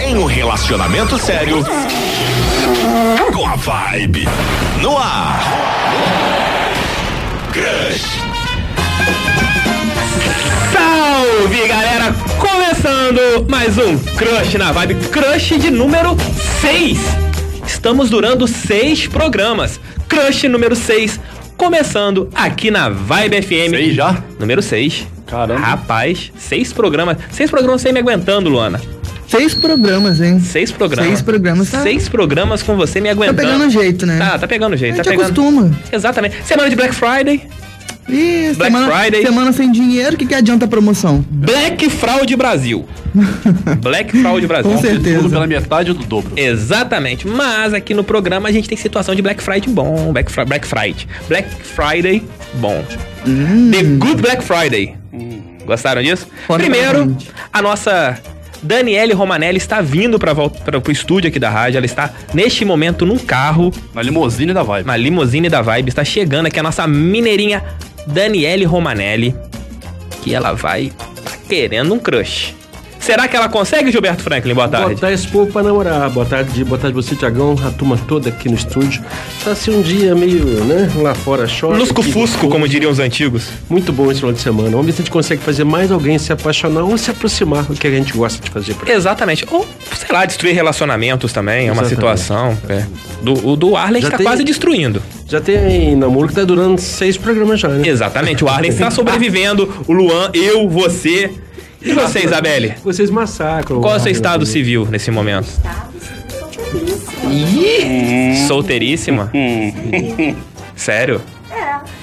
em um relacionamento sério com a vibe no ar. Crush. Salve galera! Começando mais um Crush na Vibe, Crush de número 6. Estamos durando seis programas. Crush número 6, começando aqui na Vibe FM. Seis já? Número 6. Caramba. Rapaz, seis programas. Seis programas sem me aguentando, Luana. Seis programas, hein? Seis programas. Seis programas, tá? Seis programas com você me Tá aguentando. pegando jeito, né? Tá, tá pegando jeito, A tá gente pegando. acostuma. Exatamente. Semana de Black Friday. Ih, Black semana, Friday. semana sem dinheiro, o que, que adianta a promoção? Black Fraude Brasil. Black Fraude Brasil. Com certeza. Tudo pela metade ou do dobro. Exatamente. Mas aqui no programa a gente tem situação de Black Friday bom. Black, Fri- Black Friday. Black Friday bom. The Good Black Friday. Gostaram disso? Fora pra Primeiro, gente. a nossa Daniele Romanelli está vindo para o estúdio aqui da rádio. Ela está, neste momento, num carro, Na limousine da vibe. na limusine da Vibe. Está chegando aqui a nossa mineirinha Daniele Romanelli. Que ela vai tá querendo um crush. Será que ela consegue, Gilberto Franklin? Boa tarde. Botar esse povo pra namorar. Boa tarde, boa tarde você, Tiagão, a turma toda aqui no estúdio. Tá assim um dia meio, né? Lá fora chora. aqui- Lusco-fusco, como diriam os antigos. Muito bom esse final de semana. Vamos ver se a gente consegue fazer mais alguém se apaixonar ou se aproximar do que a gente gosta de fazer. por aí. Exatamente. Ou, sei lá, destruir relacionamentos também, é uma Exatamente. situação. é. Do, o do Arlen Já está tem- quase destruindo. Já tem namoro que tá durando seis programas já, né? Exatamente, o Arlen está sobrevivendo, o Luan, eu, você. E você, Isabelle? Vocês massacram. Qual é o seu estado civil nesse momento? Ih, Solteiríssima? Sério?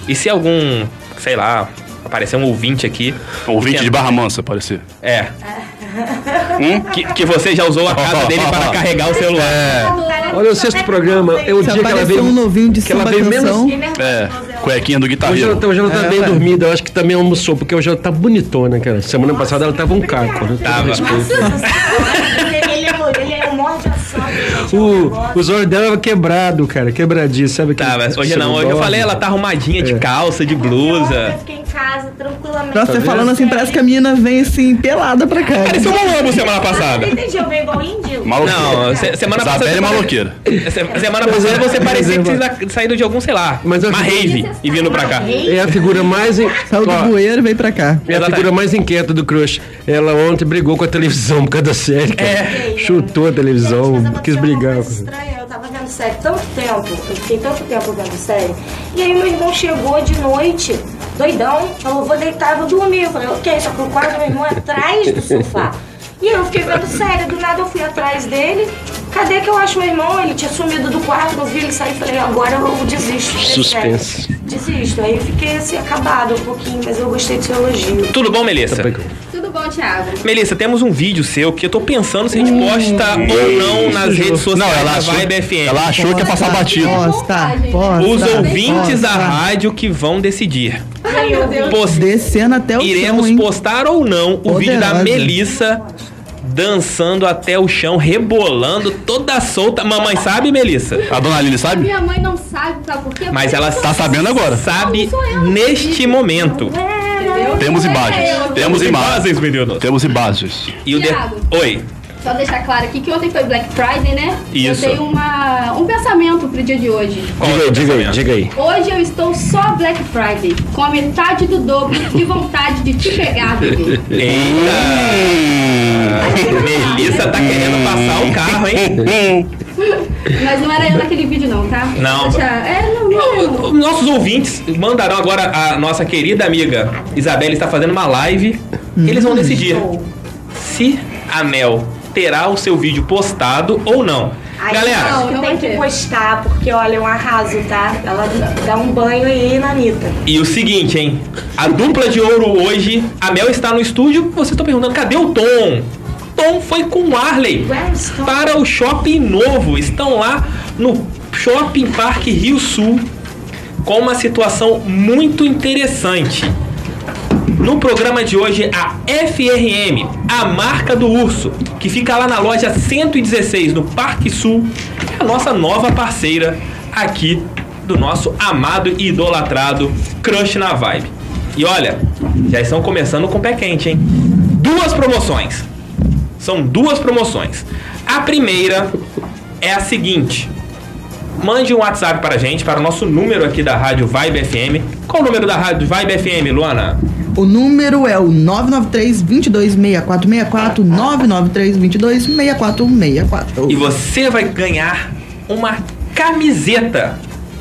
E se algum, sei lá, aparecer um ouvinte aqui? Ouvinte que- de Barra Mansa, parecia. É. Hum? Que, que você já usou a casa dele para carregar o celular. Olha o sexto programa, é o Se dia que ela aparecer veio... um novinho de que ela samba veio menos- canção, É, cuequinha do Hoje ela, guitarreiro. tá, hoje ela tá É, bem ué. dormida, eu acho que também almoçou, porque hoje ela tá bonitona, cara. Semana passada ela tava um caco, né? Todo Tava. respeito. ele, é ele, ele é morde a sogra. O, os olhos dela eram quebrado, cara, quebradinho, sabe? aquele Tá, mas hoje que não. você Hoje eu dorme? falei, ela tá arrumadinha de É. calça, de Eu blusa. fiquei em casa, tranquilamente. nossa, você falando assim, parece que a menina vem assim, pelada pra cá. Pareceu uma lobo semana Eu passada. não entendi, eu venho igual índio. Maloqueiro. Não, se- semana Isabelle passada. é você pare- maloqueira. Se- Semana passada você parecia que mas é, tinha sa- saído de algum, sei lá, Mas eu- uma rave e vindo pra cá. É a figura mais. in- Saiu do Ó, bueiro, veio pra cá. é a tá figura mais inquieta do crush. Ela ontem brigou com a televisão por causa da série. cara. É. Chutou a televisão, Gente, mas quis aconteceu uma brigar. coisa Estranha, eu tava vendo série tanto tempo, eu fiquei tanto tempo vendo série. E aí meu irmão chegou de noite, doidão, falou, vou deitar, vou dormir. Eu falei, ok, só que o quarto do meu irmão é atrás do sofá. E aí eu fiquei vendo série, do nada eu fui atrás dele. Cadê que eu acho meu irmão? Ele tinha sumido do quarto, não vi ele sair. Falei, agora eu desisto. de Suspense. série. Desisto. Aí eu fiquei assim, acabada um pouquinho, mas eu gostei do seu elogio. Tudo bom, Tá Melissa? Tudo bom, Thiago? Melissa, temos um vídeo seu que eu tô pensando se a Hum. gente posta ou não nas redes sociais Não, ela da achou, Vibe FM. ela achou que ia passar batido. Posta, posta. Os Tá, ouvintes posta. da rádio que vão decidir. Ai, meu Deus. Post- Descendo até o Iremos chão, hein? postar ou não o vídeo da Poderosa. Melissa dançando até o chão, rebolando toda solta. Mamãe sabe, Melissa? A dona Aline sabe? Minha mãe não sabe, sabe por quê? Mas ela Tá sabendo agora. Sabe Não, não assim, sou eu. neste momento. Temos imagens. Temos assim, imagens. meninos. Temos imagens. E o de... Thiago. Oi. Só deixar claro aqui que ontem foi Black Friday, né? Isso. Eu tenho uma, um pensamento pro dia de hoje. Qual é o seu pensamento? aí. Hoje eu estou só Black Friday, com a metade do dobro de vontade de te pegar, bebê. Eita! Melissa tá querendo passar o carro, hein? Mas não era eu naquele vídeo, não, tá? Não. Deixa- É, não, não. não. Nossos ouvintes mandarão agora a nossa querida amiga Isabela está fazendo uma live. Eles vão decidir se a Mel terá o seu vídeo postado ou não. Aí Galera, não, não vai tem que ter. postar, porque olha, é um arraso, tá? Ela dá um banho aí na Anitta. E o seguinte, hein? A dupla de ouro hoje, a Mel está no estúdio, você tá perguntando, cadê o Tom? Tom foi com o Arley Where is Tom? para o shopping novo. Estão lá no Shopping Parque Rio Sul com uma situação muito interessante. No programa de hoje, a FRM, a marca do urso, que fica lá na loja 116 no Parque Sul, é a nossa nova parceira aqui do nosso amado e idolatrado Crush na Vibe. E olha, já estão começando com pé quente, hein? Duas promoções. São duas promoções. A primeira é a seguinte. Mande um WhatsApp para a gente, para o nosso número aqui da Rádio Vibe FM. Qual o número da Rádio Vibe FM, Luana? O número é o 993-22-6464, 993-22-6464. E você vai ganhar uma camiseta.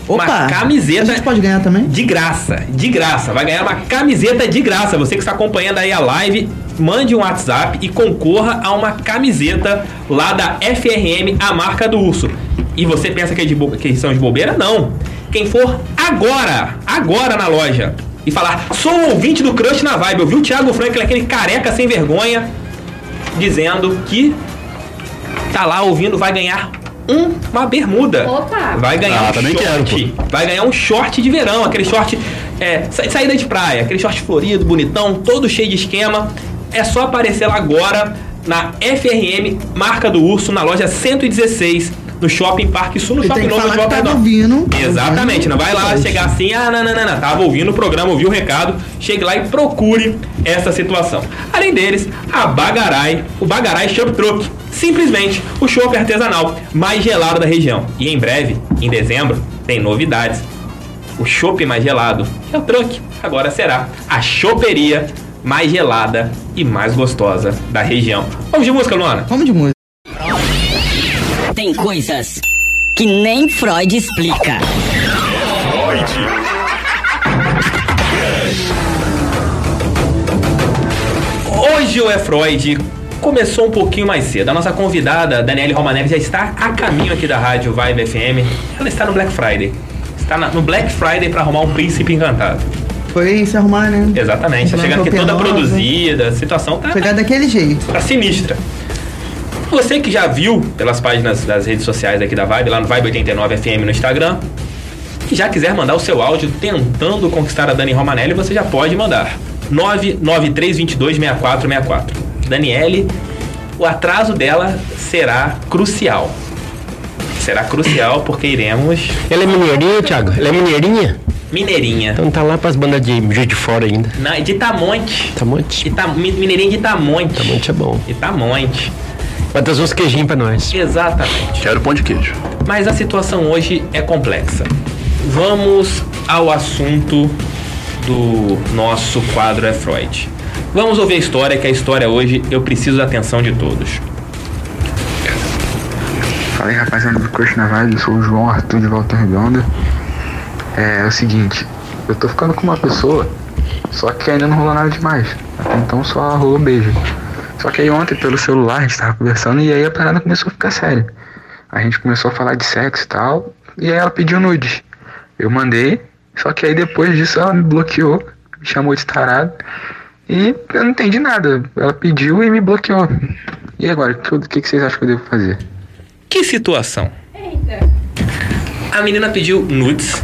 Opa! Uma camiseta. A gente pode ganhar também? De graça, de graça. Vai ganhar uma camiseta de graça. Você que está acompanhando aí a live, mande um WhatsApp e concorra a uma camiseta lá da FRM, a marca do urso. E você pensa que, é de bo- que são de bobeira? Não. Quem for agora, agora na loja e falar, sou um ouvinte do Crush na Vibe, eu vi o Thiago Franklin, aquele careca sem vergonha, dizendo que tá lá ouvindo, vai ganhar um- uma bermuda. Opa! Vai ganhar Ah, um também quero, short. pô. Vai ganhar um short de verão, aquele short é, sa- saída de praia, aquele short florido, bonitão, todo cheio de esquema. É só aparecer lá agora na FRM, marca do urso, na loja 116, no Shopping Parque Sul, no Ele Shopping tem que Novo de falar que tá Volta tava Redonda. ouvindo. tava Exatamente, ouvindo. não vai lá chegar assim, ah, não, não, não, não, tava ouvindo o programa, ouviu o recado, chegue lá e procure essa situação. Além deles, a Bagarai, o Bagarai Shop Truck, simplesmente o chopp artesanal mais gelado da região. E em breve, em dezembro, tem novidades. O chopp mais gelado é o truck, agora será a choperia mais gelada e mais gostosa da região. Vamos de música, Luana? Vamos de música. Tem coisas que nem Freud explica. Hoje o É Freud começou um pouquinho mais cedo. A nossa convidada, Daniele Romanelli, já está a caminho aqui da rádio Vibe FM. Ela está no Black Friday. Está na- no Black Friday para arrumar um príncipe encantado. Foi se arrumar, né? Exatamente. Está Black chegando aqui toda Open Nova. produzida. A situação tá, Chegar daquele jeito. tá sinistra. Você que já viu pelas páginas das redes sociais aqui da Vibe, lá no Vibe89FM no Instagram, e já quiser mandar o seu áudio tentando conquistar a Dani Romanelli, você já pode mandar. 993226464. Daniele, o atraso dela será crucial. Será crucial porque iremos Ela é mineirinha, Thiago? Ela é mineirinha? Mineirinha, Então tá lá pras bandas de Juiz de Fora ainda. Tá na, de Itamonte. Tamonte? Ita, Mi- mineirinha de Itamonte. Tamonte é bom. Itamonte. Vai trazer uns queijinhos pra nós. Exatamente. Quero pão de queijo. Mas a situação hoje é complexa. Vamos ao assunto do nosso quadro é Freud. Vamos ouvir a história, que a história hoje eu preciso da atenção de todos. Fala aí, rapaziada do Crush na Vibe, eu sou o João Arthur de Volta Redonda. É, é o seguinte, eu tô ficando com uma pessoa, só que ainda não rolou nada demais. Até então só rolou beijo. Só que aí ontem, pelo celular, a gente tava conversando e aí a parada começou a ficar séria. A gente começou a falar de sexo e tal, e aí ela pediu nudes. Eu mandei, só que aí depois disso ela me bloqueou, me chamou de tarado. E eu não entendi nada. Ela pediu e me bloqueou. E agora, o que, eu- o que que vocês acham que eu devo fazer? Que situação? A menina pediu nudes.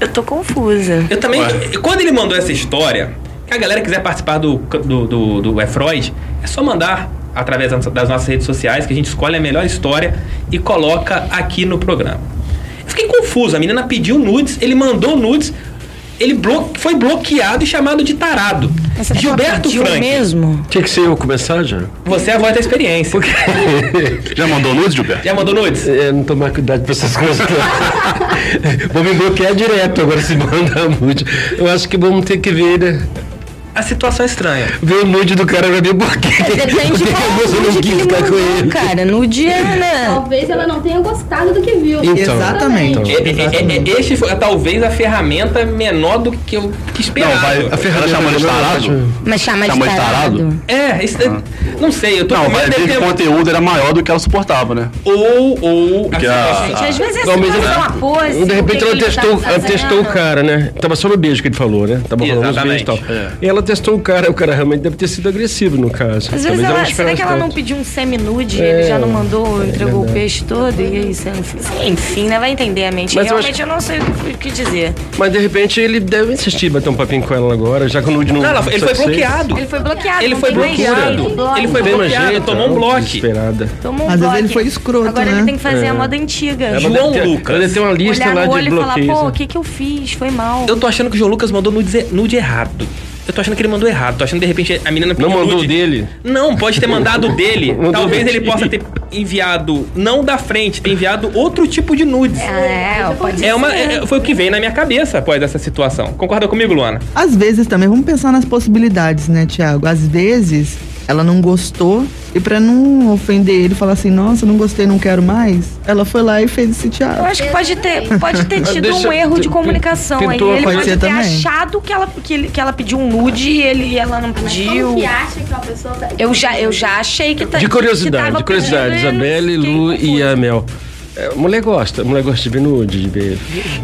Eu tô confusa. Eu também. Quando ele mandou essa história, que a galera quiser participar do, do, do, do É Freud, é só mandar através das- das nossas redes sociais, que a gente escolhe a melhor história e coloca aqui no programa. Eu fiquei confuso, a menina pediu nudes, ele mandou nudes, ele blo foi bloqueado e chamado de tarado. Mas você tá Gilberto pedindo Frank, mesmo? Tinha que ser eu começar já? você é a voz da experiência. Já mandou nudes, Gilberto? Já mandou nudes? É, não tomar cuidado pra essas coisas. não. vou me bloquear direto agora se mandar nude. Eu acho que vamos ter que ver, né? A situação é estranha. Ver o nude do cara vai me bloquear. É, Depende Eu tenho alguns qual nude que amiguinhos ele que tá com mandou, ele. cara. No dia, né? Talvez ela não tenha gostado do que viu. Então. Exatamente. E- e- e- e- Este é, foi talvez a ferramenta menor do que eu que esperava. Não, vai. A Ferrari chamou de tarado? Mas chama de Chama de tarado? tarado. É, isso, não sei, eu tô Não, com medo vai de ver que ter- um o conteúdo era maior do que ela suportava, né? Ou, ou, Que situação- a, Gente, às vezes é Não, mas situação eu- uma pose. De repente o que ela que ele testou, tá ela testou o fazendo. cara, né? Tava só no beijo que ele falou, né? Tá Tava falando nos beijos e então. tal. É. Exatamente. E ela testou o cara, o cara realmente deve ter sido agressivo no caso. Às vezes Talvez ela, não será que ela esperasse não tanto. É. pediu um semi-nude ele já não mandou, entregou o peixe todo e aí, você- enfim, né? Vai entender a mente. Mas eu Realmente eu, acho- não sei o que- o que dizer. Mas de repente ele deve insistir em bater um papinho com ela agora, já que o nude não. Não, ela- ele foi satisfez. bloqueado. Ele foi bloqueado. Ele não foi tem mais bloqueado. jeito, bloco. Ele foi Tem mais bloqueado, jeito, é tomou um ó, bloco. Desesperada. Tomou um Às vezes bloco. ele foi escroto, Agora né? ele tem que fazer a moda antiga. É. Ela João deve ter- Lucas. Ela deve ter uma lista Olhar lá no de olho e falar, bloqueios. pô, o né? que que eu fiz? Foi mal. Eu tô achando que o João Lucas mandou nude, nude errado. Eu tô achando que ele mandou errado. Tô achando que de repente a um menina pediu mandou o nude. dele? Não, pode ter mandado o dele. Mandou Talvez o ele dele. possa ter enviado, não da frente, ter enviado outro tipo de nudes. É, pode É uma, ser. é- foi o que veio na minha cabeça após essa situação. Concorda comigo, Luana? Às vezes também, vamos pensar nas possibilidades, né, Tiago? Às vezes ela não gostou e pra não ofender ele, falar assim, nossa, não gostei, não quero mais, ela foi lá e fez esse Tiago. Eu acho que pode ter, pode ter tido Deixa- um erro de te- comunicação aí. tentou- Ele pode pode, ser ter também. achado que ela, que, ele- que ela pediu um nude e ele, e ela não pediu. Como que acha que uma pessoa tá... Eu já, eu já achei que tá. De que curiosidade, tava de curiosidade, pedindo, né? Isabelle, Lu e a Mel. É, mulher gosta, mulher gosta de ver nude, de ver.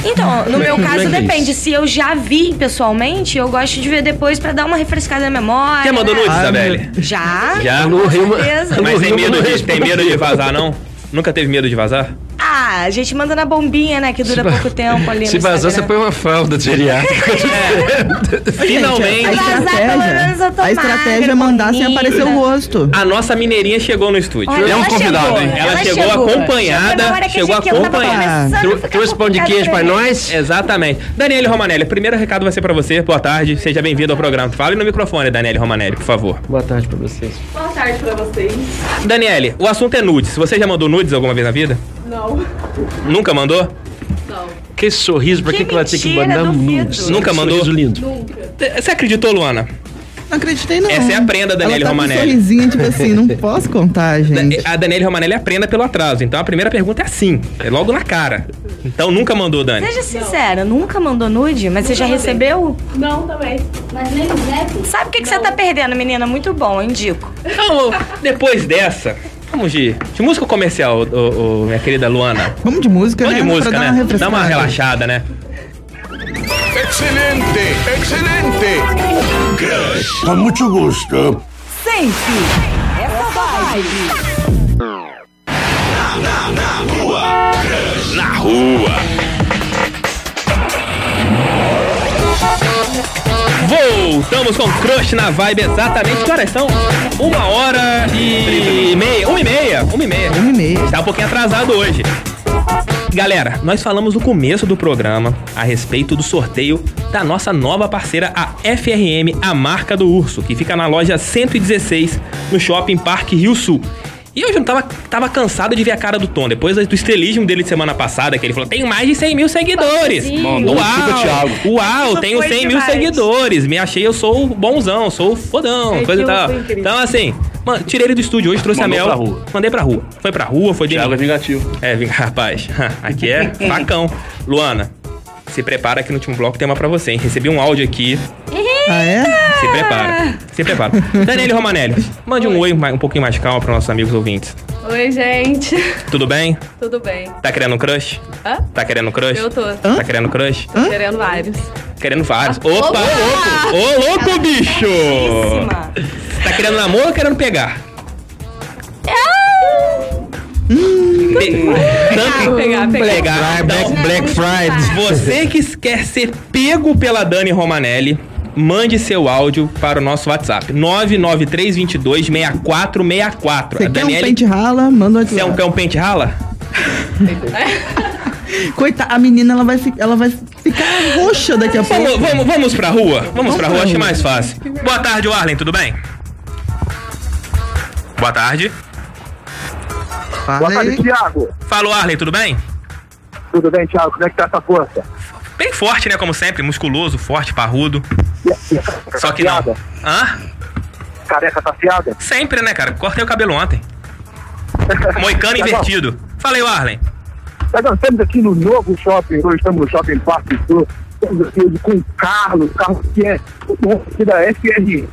Então, no meu Como é caso que é depende. Se eu já vi pessoalmente, eu gosto de ver depois pra dar uma refrescada na memória. Já mandou né? nude, Isabelle? Já. Já? com certeza. Mas tem medo, de, tem medo de vazar, não? Nunca teve medo de vazar? Ah, a gente manda na bombinha, né? Que dura va- pouco tempo ali né? Se no vazar, você Instagram. põe uma falda geriátrica. Finalmente. A estratégia, a estratégia é mandar sem aparecer o rosto. A nossa mineirinha chegou no estúdio. Olha, ela chegou, um Ela, ela chegou, chegou. acompanhada. Chegou na hora que Chegou, a gente- tá eu tava acompanhada. começando a Trou- ficar Trouxe pão de focada queijo pra pra nós? Exatamente. Daniele Romanelli, primeiro recado vai ser pra você. Boa tarde, seja bem-vindo ao programa. Fale no microfone, Daniele Romanelli, por favor. Boa tarde pra vocês. Boa tarde pra vocês. Daniele, o assunto é nudes. Você já mandou nudes alguma vez na vida? Não. Nunca mandou? Que sorriso, pra que, que ela tem que mandar nudes? Nunca mandou? Sorriso lindo. Você acreditou, Luana? Não acreditei, não. Essa é a prenda, Daniele ela tá com um Romanelli. é, sorrisinho, tipo assim, não posso contar, gente. A Daniele Romanelli aprenda pelo atraso. Então a primeira pergunta é assim, é logo na cara. Então nunca mandou, Dani. Seja sincera, nunca mandou nude, mas você já recebeu? Não, também. Mas nem o Sabe o que, que você tá perdendo, menina? Muito bom, eu indico. Então, depois dessa, vamos de, de música comercial, ô, ô, ô, minha querida Luana. Vamos de música, Vamos né? de música, Pra dar né? uma Dá refrescada. uma relaxada, né? Excelente, excelente. Crush. Com Tá muito gosto. Sente essa vibe. Rua. Crush. Na rua. Voltamos com Crush na Vibe exatamente. Que horas são? Uma hora e meia. Uma e meia. Uma e meia. Uma e meia. Está um pouquinho atrasado hoje. Galera, nós falamos no começo do programa a respeito do sorteio da nossa nova parceira, a FRM, a marca do urso, que fica na loja 116, no Shopping Parque Rio Sul. E eu já tava, tava cansado de ver a cara do Tom, depois do estrelismo dele de semana passada, que ele falou, tem mais de 100 mil seguidores. Papazinho. Mandou um chupa, Thiago. Uau, tenho Foi 100 mil demais. seguidores, me achei, eu sou o bonzão, sou o fodão, Aquilo coisa e tal. foi incrível. Então assim, mano, tirei ele do estúdio hoje, trouxe Mandou a Mel. pra rua. Mandei pra rua. Foi pra rua, foi de. Thiago é vingativo. É, ving- rapaz, aqui é facão. Luana, se prepara que no último bloco tem uma pra você, hein? Recebi um áudio aqui. Ah, é? Se prepara. Se prepara. Daniele Romanelli, mande um oi mais- um pouquinho mais calmo para nossos amigos ouvintes. Oi, gente. Tudo bem? Tudo bem? Tá querendo um crush? Hã? Tá querendo um crush? Eu tô. Tá querendo um crush? Tô Querendo vários. Querendo vários. Opa! Opa! Ô, louco! Ô, louco, bicho! Tá querendo namoro ou querendo pegar? Tanto pegar, pegar. Black, Friday. Você que quer ser pego pela Dani Romanelli, mande seu áudio para o nosso WhatsApp. 993226464. Você quer um pente rala? Manda um Você é um cão pente rala? Coitada, a menina ela vai, fi- ela vai ficar roxa daqui a pouco. Vamos, vamos, vamos pra rua? Vamos, pra rua, acho é mais fácil. Boa tarde, Arlen, tudo bem? Boa tarde. Boa tarde, Thiago. Fala, Arlen, tudo bem? Tudo bem, Thiago? Como é que tá essa força? Bem forte, né? Como sempre, musculoso, forte, parrudo. Só que não. Hã? Careca saciada? Sempre, né, cara? Cortei o cabelo ontem. Moicano Tá bom. invertido. Fala aí, Arlen. Nós estamos aqui no novo shopping, hoje estamos no shopping Parque Sul. Estamos aqui hoje com o Carlos, Carlos que é o dono aqui da FRN.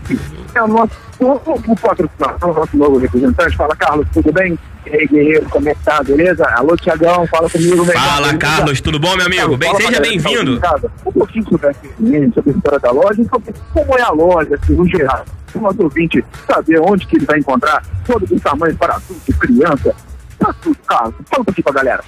É o nosso novo patrocinador, o nosso novo representante. Fala, Carlos, tudo bem? E aí, guerreiro, como é que tá? Beleza? Alô, Tiagão, fala comigo. vem cá, Fala, beleza? Carlos, tudo bom, meu amigo? Fala, Bem, fala, seja galera, que tá bem-vindo. ouvindo em casa. Um pouquinho sobre a FRN, sobre a história da loja e sobre como é a loja, assim, no geral. O nosso ouvinte saber onde que ele vai encontrar todos os tamanhos para adulto, criança, para tudo, Carlos. Fala um pouquinho pra galera.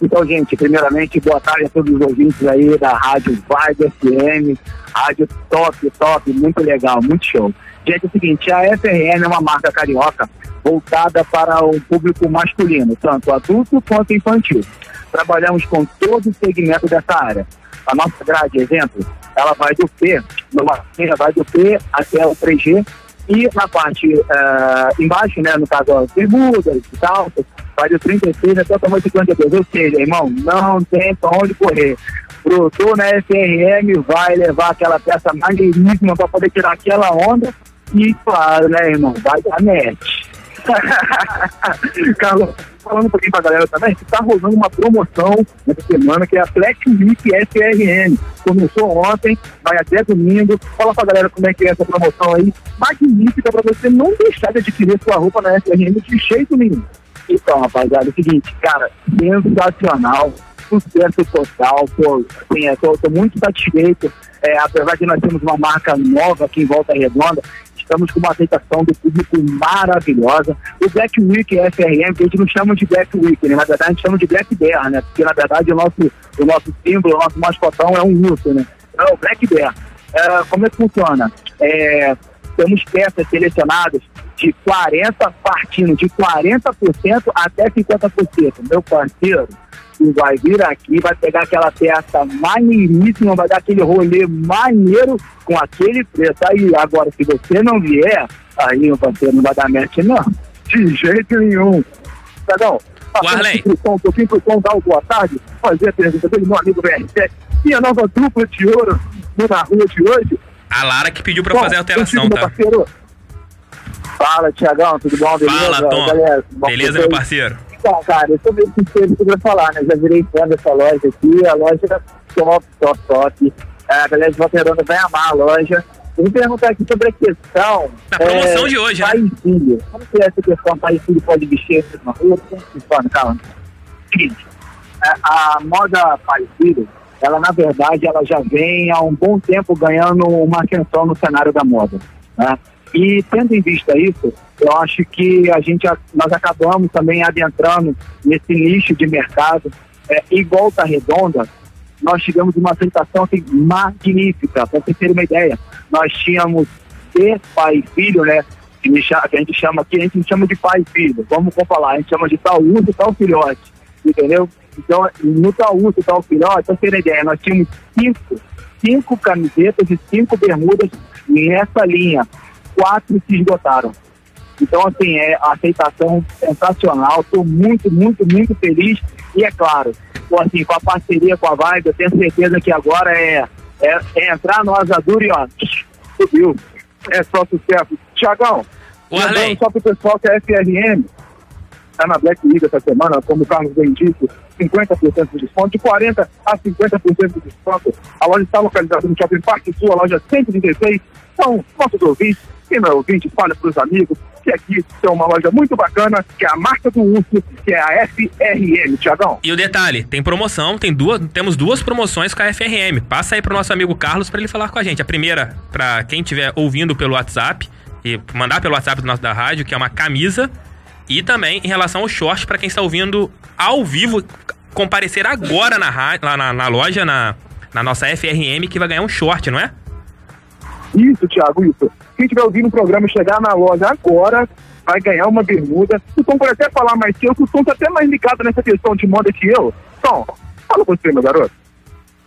Então, gente, primeiramente, boa tarde a todos os ouvintes aí da Rádio Vibe FM. Rádio top, top, muito legal, muito show. Gente, é o seguinte, a FRN é uma marca carioca voltada para o público masculino, tanto adulto quanto infantil. Trabalhamos com todo o segmento dessa área. A nossa grade, exemplo, ela vai do P, numa linha vai do P até o 3G, e na parte eh, embaixo, né, no caso, as bermudas e tal, vai do 36 até o tamanho 52. Ou seja, irmão, não tem pra onde correr. Brotou na FRM, vai levar aquela peça maneiríssima pra poder tirar aquela onda, e claro, né, irmão, vai dar match. Carlos, falando um pouquinho pra galera também, que tá rolando uma promoção nessa semana que é a Flex Week SRM. Começou ontem, vai até domingo. Fala pra galera como é que é essa promoção aí. Magnífica pra você não deixar de adquirir sua roupa na SRM de jeito nenhum. Então, rapaziada, é o seguinte, cara, sensacional, sucesso total, pô, assim, é, tô, tô muito satisfeito, É, apesar de nós termos uma marca nova aqui em Volta Redonda, estamos com uma aceitação do público maravilhosa. O Black Week é FRM, que a gente não chama de Black Week, né? na verdade a gente chama de Black Bear, né, porque na verdade o nosso, o nosso símbolo, o nosso mascotão é um urso, né, é o Black Bear. É, como é que funciona? É, temos peças selecionadas de 40, partindo de 40% até 50%. Meu parceiro, tu vai vir aqui, vai pegar aquela peça maneiríssima, vai dar aquele rolê maneiro com aquele preço. Aí, agora, se você não vier, aí, meu parceiro, não vai dar match, não. De jeito nenhum. Tadão, Arley. pro som, um pouquinho pro som, dá o boa tarde, fazer a pergunta dele, meu amigo BR7. E a nova dupla de ouro na rua de hoje, A Lara que pediu pra Bom, fazer a alteração, contigo, tá? meu parceiro. Fala, Tiagão, tudo bom? Beleza? Fala, Tom. Galera, tudo bom com Beleza, vocês? meu parceiro? Então, cara, eu sou meio sincero sobre falar, né? Já virei fã dessa loja aqui, a loja top, top, top. A galera de Volterona vai amar a loja. Eu vou perguntar aqui sobre a questão... Da promoção de hoje, pai né? e filho. Como que é essa questão pai e filho pode vestir a mesma roupa? Como que funciona? Calma. Seguinte, É, a, a moda pai e filho, ela, na verdade, ela já vem há um bom tempo ganhando uma atenção no cenário da moda, né? E tendo em vista isso, eu acho que a gente a- nós acabamos também adentrando nesse nicho de mercado. É, em Volta Redonda, nós tivemos uma aceitação assim, magnífica. Para vocês terem uma ideia, nós tínhamos ter pai e filho, né? Que, me cha- que a gente chama aqui, a gente não chama de pai e filho, vamos comparar, a gente chama de tal urso e tal filhote, entendeu? Então, no tal urso e tal filhote, pra vocês terem ideia, nós tínhamos cinco, cinco camisetas e cinco bermudas nessa linha. Quatro se esgotaram. Então, assim, é a aceitação sensacional. Estou muito, muito, muito feliz. E é claro, pô, assim, com a parceria com a Vibe, eu tenho certeza que agora é, é, é entrar no Asa Dura e ó, subiu. É só sucesso. Tiagão, lembrando só pro pessoal que é a FRM está Tá na Black Week essa semana, como o Carlos bem disse, 50% de desconto, de 40% a 50% de desconto. A loja está localizada no Shopping Parque Sul, a loja 136. São Então, nossos ouvintes, quem não é ouvinte, fala para os amigos, que aqui tem uma loja muito bacana, que é a marca do urso, que é a FRM, Tiagão. E o detalhe, tem promoção, tem duas, temos duas promoções com a FRM. Passa aí pro nosso amigo Carlos pra ele falar com a gente. A primeira, pra quem estiver ouvindo pelo WhatsApp, e mandar pelo WhatsApp do nosso da rádio, que é uma camisa. E também em relação ao short, pra quem está ouvindo ao vivo, comparecer agora na, ra- lá na, na loja, na, na nossa FRM, que vai ganhar um short, não é? Isso, Thiago, isso. Quem estiver ouvindo o programa e chegar na loja agora, vai ganhar uma bermuda. O Tom pode até falar mais que eu, que o Tom tá até mais ligado nessa questão de moda que eu. Tom, fala você, meu garoto.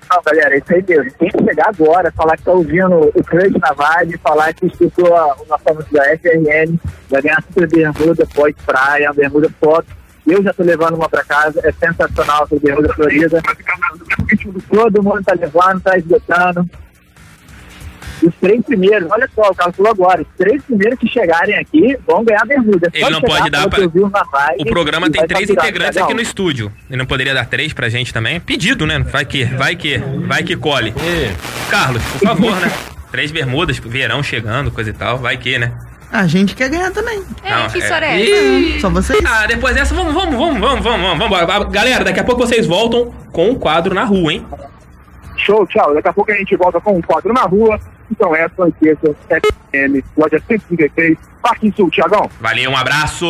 Não, galera, é isso aí mesmo. Quem chegar agora, falar que tá ouvindo o Crush na Vibe, falar que escutou a- o nosso anúncio da FRN, vai ganhar super bermuda pós-praia, uma bermuda foto. Eu já tô levando uma pra casa, é sensacional essa bermuda florida. Todo mundo tá levando, tá esgotando. Os três primeiros, olha só, o Carlos falou agora, os três primeiros que chegarem aqui vão ganhar bermuda. Ele não pode dar pra- O programa tem três integrantes aqui um. no estúdio. Ele não poderia dar três pra gente também? Pedido, né? Vai que, vai que, vai que colhe. Carlos, por favor, né? Três bermudas, verão chegando, coisa e tal. Vai que, né? A gente quer ganhar também. É, Não, é. é Ih, Só vocês. Ah, depois dessa, vamos, vamos, vamos, vamos, vamos, vamos, vamos. Ah, Galera, daqui a pouco vocês voltam com o quadro na rua, hein? Show, tchau. Daqui a pouco a gente volta com um quadro na rua. Então essa é a banqueta FM, loja 133, Parque Sul, Tiagão. Valeu, um abraço.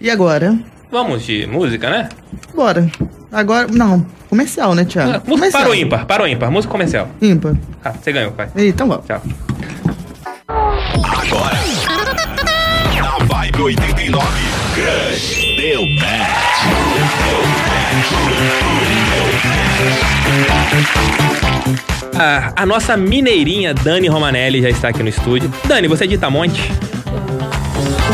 E agora? Vamos de música, né? Ah, Bora. Agora. Não, comercial, né, Thiago? Música comercial. para o ímpar, para o ímpar, música comercial. Ímpar. Ah, você ganhou, pai. Então vamos. Tchau. Agora. Na Vibe 89. Crush. Deu match. Deu match. Deu match. Ah, a nossa mineirinha Dani Romanelli já está aqui no estúdio. Dani, você é de Itamonte?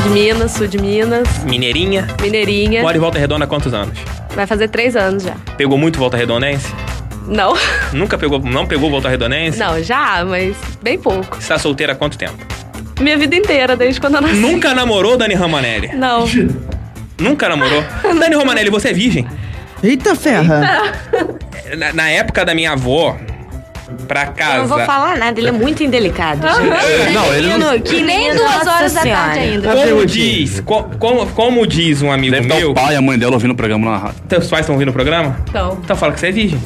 De Minas, sul de Minas. Mineirinha? Mineirinha. Mora em Volta Redonda há quantos anos? Vai fazer três anos já. Pegou muito Volta Redondense? Não. Nunca pegou, não pegou Volta Redondense? Não, já, mas bem pouco. Está solteira há quanto tempo? Minha vida inteira, desde quando eu nasci. Nunca namorou Dani Romanelli? Não. Nunca namorou? Dani Romanelli, você é virgem? Eita ferra! Na, na época da minha avó, pra casa... Eu não vou falar nada, ele é muito indelicado. É, gente. não, ele não- Menino, Que nem duas horas da tarde ainda. Como diz, co- como, como diz um amigo meu. meu... o pai tá e a mãe dela ouvindo o programa na rádio. Teus pais estão ouvindo o programa? Então. Então fala que você é virgem.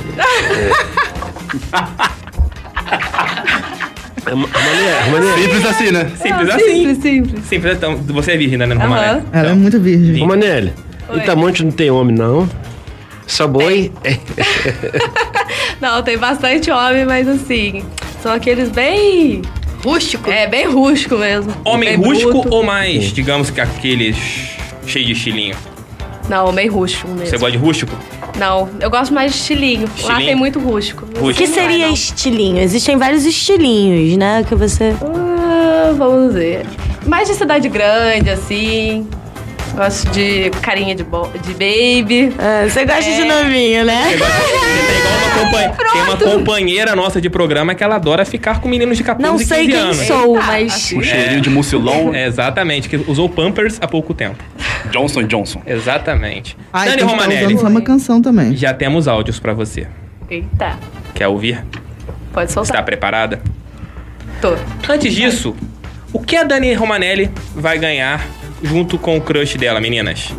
Simples assim, né? Simples Ah, assim. Simples, simples. Simples, então, você é virgem, né, Ana Romanelli? Ela é muito virgem. Ô, Manelli, Oi. Itamonte não tem homem, não. Só boi. é Não, tem bastante homem, mas assim, são aqueles bem. Rústico? É, bem rústico mesmo. Homem Bem rústico É bruto. ou mais, digamos que aqueles cheios de estilinho? Não, homem rústico mesmo. Você gosta de rústico? Não, eu gosto mais de estilinho. Lá Estilinho? tem muito rústico. Rústico. O que seria estilinho? Existem vários estilinhos, né? Que você. Ah, vamos ver. Mais de cidade grande, assim. Gosto de carinha de, bo- de baby. Ah, É. Você gosta de novinho, né? Compa- Tem é uma companheira nossa de programa que ela adora ficar com meninos de 14 Não 15 sei quem anos. sou, mas. É. É, exatamente, que usou Pampers há pouco tempo. Johnson Johnson. Exatamente. Ai, Dani então tem que tá Romanelli, usando só uma canção também. já temos áudios pra você. Eita, Quer ouvir? pode soltar. Está preparada? Tô. Antes disso, o que a Dani Romanelli vai ganhar junto com o crush dela, meninas?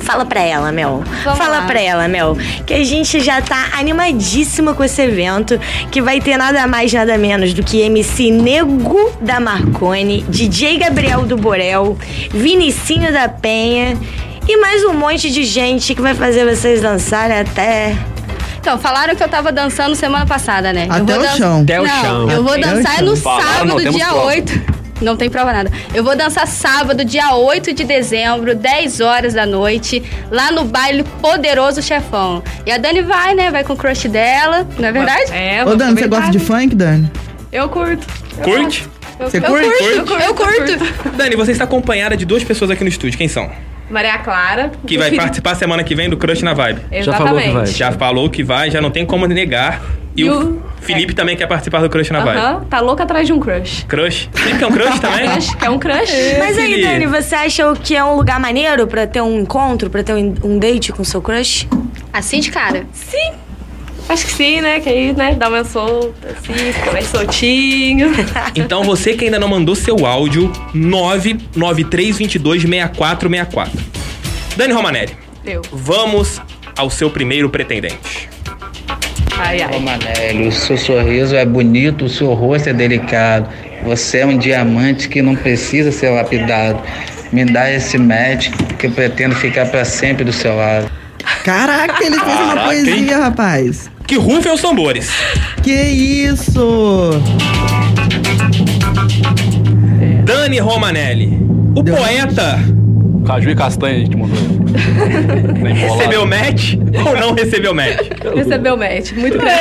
Fala pra ela, Mel. Fala pra ela, Mel. Que a gente já tá animadíssima com esse evento, que vai ter nada mais, nada menos do que MC Nego da Marconi, DJ Gabriel do Borel, Vinicinho da Penha e mais um monte de gente que vai fazer vocês dançarem até. Então, falaram que eu tava dançando semana passada, né? eu Até vou o dan- chão. Até o não, chão. Eu vou Até o dançar chão. no Falaram, sábado, não temos dia prova. 8. Não tem prova nada. Eu vou dançar sábado, dia 8 de dezembro, 10 horas da noite, lá no baile Poderoso Chefão. E a Dani vai, né? Vai com o crush dela, não é verdade? É, Ô, Dani, você gosta de funk, Dani? Eu curto. Curte? Eu, Você eu curte? curto? Eu curto. Eu curto. Dani, você está acompanhada de duas pessoas aqui no estúdio. Quem são? Maria Clara. Que vai participar semana que vem do Crush na Vibe. Já falou que vai. Exatamente. Já falou que vai, já não tem como negar. E, E o Felipe também quer participar do Crush na Vibe. Aham, tá louca atrás de um crush. Crush? Felipe quer um crush também? Crush, é quer um crush? É, Mas aí, Dani, você acha que é um lugar maneiro pra ter um encontro, pra ter um um date com seu crush? Assim de cara? Sim. Acho que sim, né? Que aí, né, dá uma solta, assim, fica mais soltinho. Então você que ainda não mandou seu áudio, 993226464. Dani Romanelli, Deu. vamos ao seu primeiro pretendente. Ai, ai. Manélio, o seu sorriso é bonito, o seu rosto é delicado. Você é um diamante que não precisa ser lapidado. Me dá esse match que eu pretendo ficar pra sempre do seu lado. Caraca, ele fez uma Caraca, hein? poesia, rapaz. Que rufem os tambores. Que isso! Dani Romanelli, o poeta Caju e castanha a gente mandou. recebeu match ou não recebeu match? Recebeu o é match. Muito grande.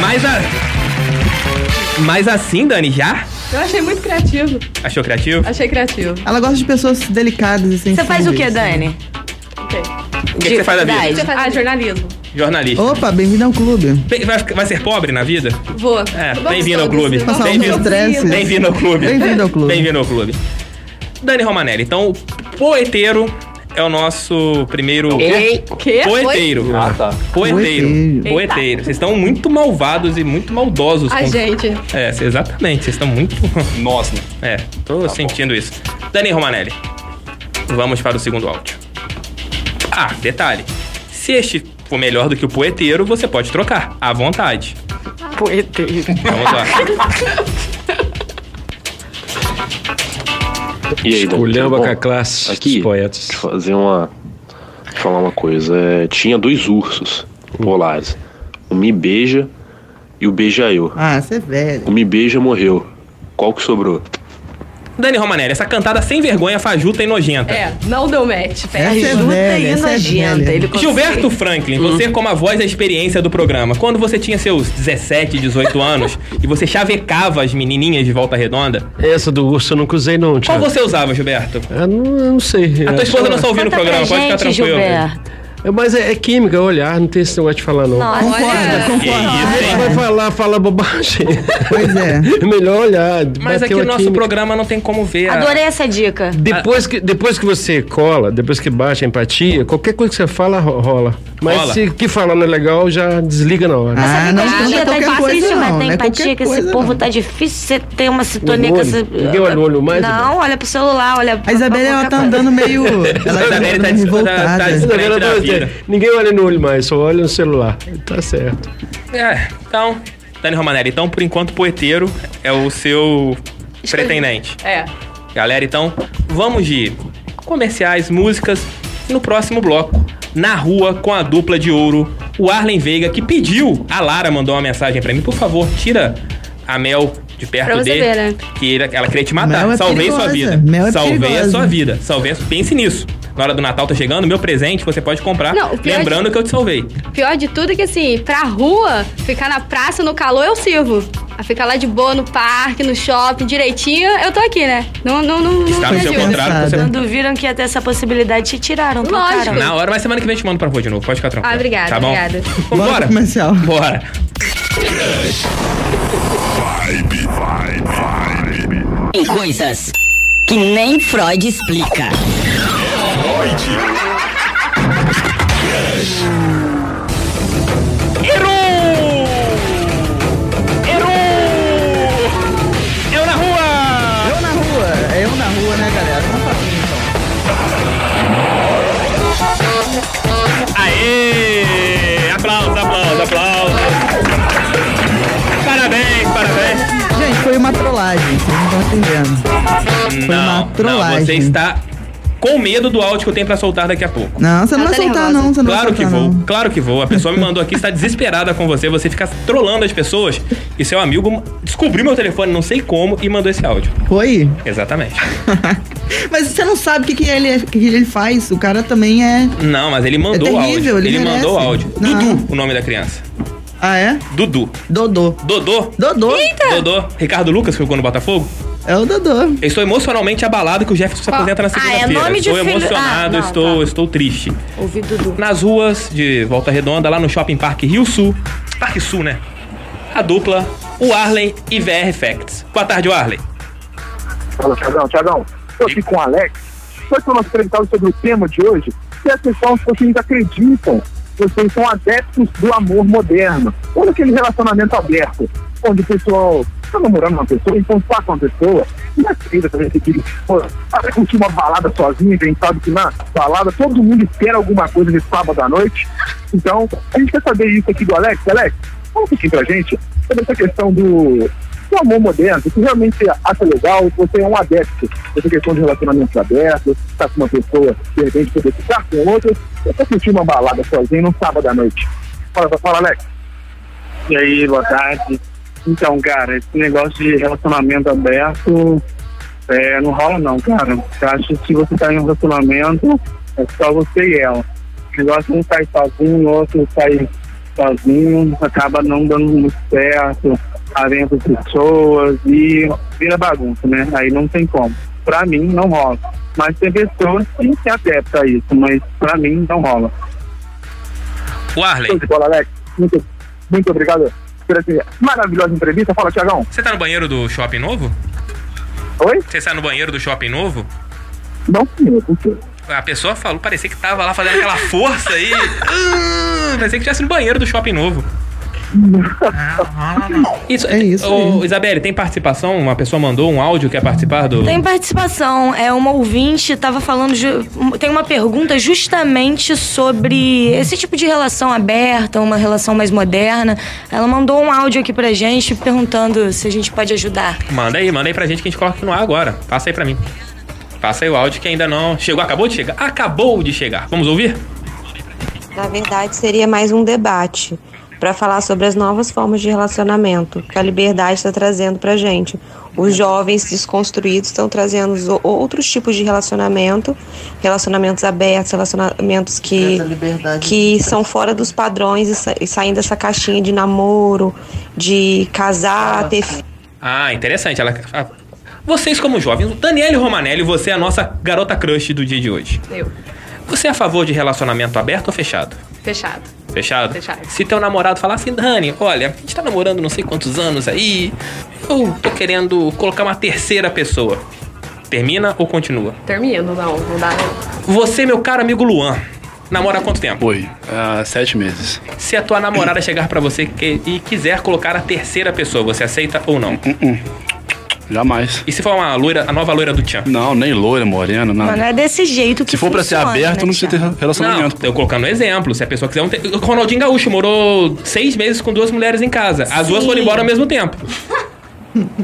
Mas a. Mas assim, Dani, já? Eu achei muito criativo. Achou criativo? Achei criativo. Ela gosta de pessoas delicadas e sensíveis. Você faz o quê, Dani? O que, que você faz da vida? Ah, jornalismo. Jornalista. Opa, bem-vindo ao clube. Bem- Vai, ficar- vai ser pobre na vida? Vou. É, Vamos bem-vindo ao todos. clube. Passar um Bem-vindo estresses. Bem-vindo ao clube. Bem-vindo ao clube. Bem-vindo ao clube. Dani Romanelli, então, o poeteiro é o nosso primeiro. Ei, quê? Poeteiro. Oi? Ah, tá. Poeteiro. Poeteiro. Poeteiro. Vocês estão muito malvados e muito maldosos. Ai, com- gente. É, cê- exatamente. Vocês estão muito. Nossa. É, tô sentindo isso. Dani Romanelli, vamos para o segundo áudio. Ah, detalhe. Se este for melhor do que o poeteiro, você pode trocar, à vontade. Poeteiro. Vamos lá. E aí, Dani? Esculhamba tudo bom? com a classe Aqui, dos poetas. Te fazer uma. te falar uma coisa. É, tinha dois ursos polares. O Me Beija e o Beija Eu. Ah, você é velho. O Me Beija morreu. Qual que sobrou? Dani Romanelli, essa cantada sem vergonha, fajuta e nojenta. É, não deu match. Essa é Ajuda velha, e essa é nojenta. Ele consegue. Uhum. Gilberto Franklin, você como a voz da experiência do programa, quando você tinha seus 17, 18 anos e você chavecava as menininhas de volta redonda, Essa do urso eu nunca usei, não, qual Thiago. você usava, Gilberto? Eu não, eu não sei. A tua esposa não tá ouvindo o Conta programa, pra pode ficar gente, tranquilo. né? Gilberto. É, Mas é, é química, olhar, não tem esse negócio de falar, não. Nossa, Concorda, olha. concorda. Que isso, hein? Vai falar, fala bobagem. Pois é. Melhor olhar. Mas aqui bateu no a nosso química. programa não tem como ver. a- Adorei essa dica. Depois que, depois que você cola, depois que baixa a empatia, qualquer coisa que você fala, ro- rola. Mas Rola. se que falar não é legal, já desliga na hora. Essa empatia tá difícil, mas tem né? empatia Qualquer que esse coisa, povo tá difícil. Você tem uma sintonia No com olho. essa. Ninguém olha no olho mais, Não, olha pro celular, olha pra. A Isabela ela tá andando meio. tá Isabela tá- tá Isabela tá- Ninguém olha no olho mais, só olha no celular. Tá certo. É, então, Dani Romanelli, então por enquanto poeteiro é o seu pretendente. É. Galera, então vamos de comerciais, músicas e no próximo bloco, na rua com a dupla de ouro, o Arlen Veiga que pediu, a Lara mandou uma mensagem pra mim, por favor, tira a Mel de perto Pra você dele, ver, né? que ele- ela queria te matar. Mel é Salvei perigosa, sua vida. Mel é Salvei a perigosa. sua vida. Salvei, a- pense nisso. Na hora do Natal tá chegando, meu presente você pode comprar, Não, o pior é lembrando de- que eu te salvei. Pior de tudo é que, assim, pra rua, ficar na praça no calor, eu sirvo. A ficar lá de boa no parque, no shopping, direitinho, eu tô aqui, né? Não, não, não. Está no seu contrato. você- Quando viram que ia ter essa possibilidade, te tiraram. Lógico. Na hora, mas semana que vem eu te mando pra rua de novo. Pode ficar tranquilo. Ah, obrigada, tá bom? obrigada. Vambora. Comercial. Bora. Vibe, vibe, vibe. Tem coisas que nem Freud explica. Errou! Errou! Eu na rua! Eu na rua. É eu na rua, né, galera? Vamos pra frente, então. Aê! Aplausos, aplausos, aplausos. Parabéns, parabéns. Gente, foi uma trollagem. Vocês não estão entendendo. Foi uma trollagem. Não, você está com medo do áudio que eu tenho pra soltar daqui a pouco. Não, você não vai soltar, não. Você não claro vai que soltar, vou, não. claro que vou. A pessoa me mandou aqui, está desesperada com você, você fica trollando as pessoas. E seu amigo descobriu meu telefone, não sei como, e mandou esse áudio. Foi? Exatamente. Mas você não sabe o que, que, ele, é, o que que ele faz. O cara também é. Não, mas ele mandou É o terrível, áudio. ele merece. mandou o áudio. Dudu, o nome da criança. Ah, é? Dudu. Dodô. Dodô? Dodô. Eita! Dodô. Ricardo Lucas, que jogou no Botafogo? É o Dodô. Eu estou emocionalmente abalado que o Jefferson se aposenta na segunda-feira. ah, é nome de estou filho- Ah, emocionado, não, estou, estou triste. Ouvi Dudu. Nas ruas de Volta Redonda, lá no Shopping Parque Rio Sul. Parque Sul, né? A dupla, o Arlen e VR Facts. Boa tarde, Arlen. Fala, Tiagão. Tiagão, eu aqui com o Alex. Só que eu nosso perguntava sobre o tema de hoje. Se as pessoas vocês acreditam, vocês são adeptos do amor moderno. Ou aquele relacionamento aberto, onde o pessoal está namorando uma pessoa, então está com uma pessoa, e na feira também tipo se diz, pô, Ah, vai curtir uma balada sozinho, a gente sabe que na balada todo mundo espera alguma coisa de sábado à noite. Então, a gente quer saber isso aqui do Alex. Alex, conta aqui um pra gente sobre essa questão do o amor moderno, que realmente você acha legal, você é um adepto dessa questão de relacionamentos abertos, tá com uma pessoa, de repente poder ficar com outra, eu só curtir uma balada sozinho num sábado à noite. Fala, fala, Alex. E aí, boa tarde. Então, cara, esse negócio de relacionamento aberto é, não rola não, cara. Eu acho que se você tá em um relacionamento, é só você e ela. O negócio de um sai sozinho, o outro sai sozinho, acaba não dando muito certo, arena as pessoas e vira bagunça, né? Aí não tem como. Pra mim, não rola. Mas tem pessoas que se adaptam a isso, mas pra mim, não rola. O Arlen. Show de bola, Alex. Muito, muito obrigado por essa maravilhosa entrevista. Fala, Tiagão. Você tá no banheiro do shopping novo? Oi? Você está no banheiro do shopping novo? Não, senhor, por quê? A pessoa falou, parecia que tava lá fazendo aquela força aí. Ah, parecia que estivesse no banheiro do shopping novo. Isso, é isso. Ô, Isabelle, tem participação? Uma pessoa mandou um áudio, quer participar do. Tem participação. É uma ouvinte estava falando de, tem uma pergunta justamente sobre esse tipo de relação aberta, uma relação mais moderna. Ela mandou um áudio aqui pra gente perguntando se a gente pode ajudar. Manda aí, manda aí pra gente que a gente coloca aqui no ar agora. Passa aí pra mim. Passa aí o áudio que ainda não. Chegou, acabou de chegar? Acabou de chegar. Vamos ouvir? Na verdade, seria mais um debate. para falar sobre as novas formas de relacionamento que a liberdade está trazendo para gente. Os jovens desconstruídos estão trazendo os o- outros tipos de relacionamento, relacionamentos abertos, relacionamentos que, que são fora dos padrões e, sa e saem dessa caixinha de namoro, de casar, ter filho. Ah, interessante. Ela, a- vocês, como jovens, Daniele Romanelli, você é a nossa garota crush do dia de hoje. Eu. Você é a favor de relacionamento aberto ou fechado? Fechado. Fechado? Fechado. Se teu namorado falar assim, Dani, olha, a gente tá namorando não sei quantos anos aí, eu tô querendo colocar uma terceira pessoa. Termina ou continua? Termino, não. Não dá, né? não. Você, meu caro amigo Luan, namora há quanto tempo? Oi, há sete meses. Se a tua namorada chegar pra você que- e quiser colocar a terceira pessoa, você aceita ou não? Hum, Jamais. E se for uma loira, a nova loira do Tchan? Não, nem loira, morena, Mas Ah. nada. não é desse jeito que Se for pra ser funciona, aberto, né, não precisa ter Thiago? relacionamento. Não, eu colocando um exemplo. Se a pessoa quiser um. Te... O Ronaldinho Gaúcho morou seis meses com duas mulheres em casa. As duas Sim. foram embora ao mesmo tempo.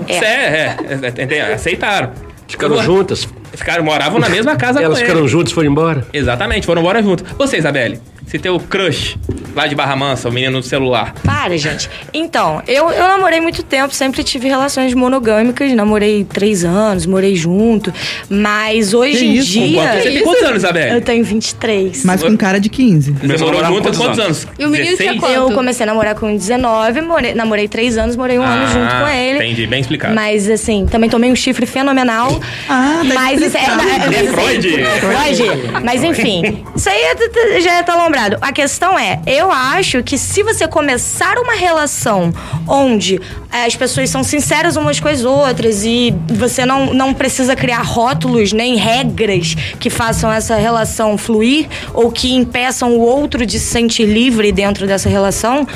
É, é, é, é, é, aceitaram. Ficaram Agora- juntas? Ficaram, moravam na mesma casa Elas com ficaram ele. juntas e foram embora? Exatamente, foram embora juntos. Você, Isabelle, se teu crush lá de Barra Mansa, o menino do celular. Para, gente. Então, eu, eu namorei muito tempo, sempre tive relações monogâmicas, namorei três anos, morei junto, mas hoje Que em isso, com dia... quantos- Você tem quantos anos, Isabelle? Eu tenho 23. Mas com cara de 15. Você morou junto há quantos quantos anos? anos? E o menino tinha quanto? Eu comecei a namorar com 19, more- namorei três anos, morei um ano junto com ele. Ah, Entendi, bem explicado. Mas assim, também tomei um chifre fenomenal. Ah, tá mas isso é, é, é, É Freud? Freud? Mas enfim, isso aí é t- t- já é talombrado. A questão é, eu acho que se você começar uma relação onde eh, as pessoas são sinceras umas com as outras e você não, não precisa criar rótulos nem regras que façam essa relação fluir ou que impeçam o outro de se sentir livre dentro dessa relação,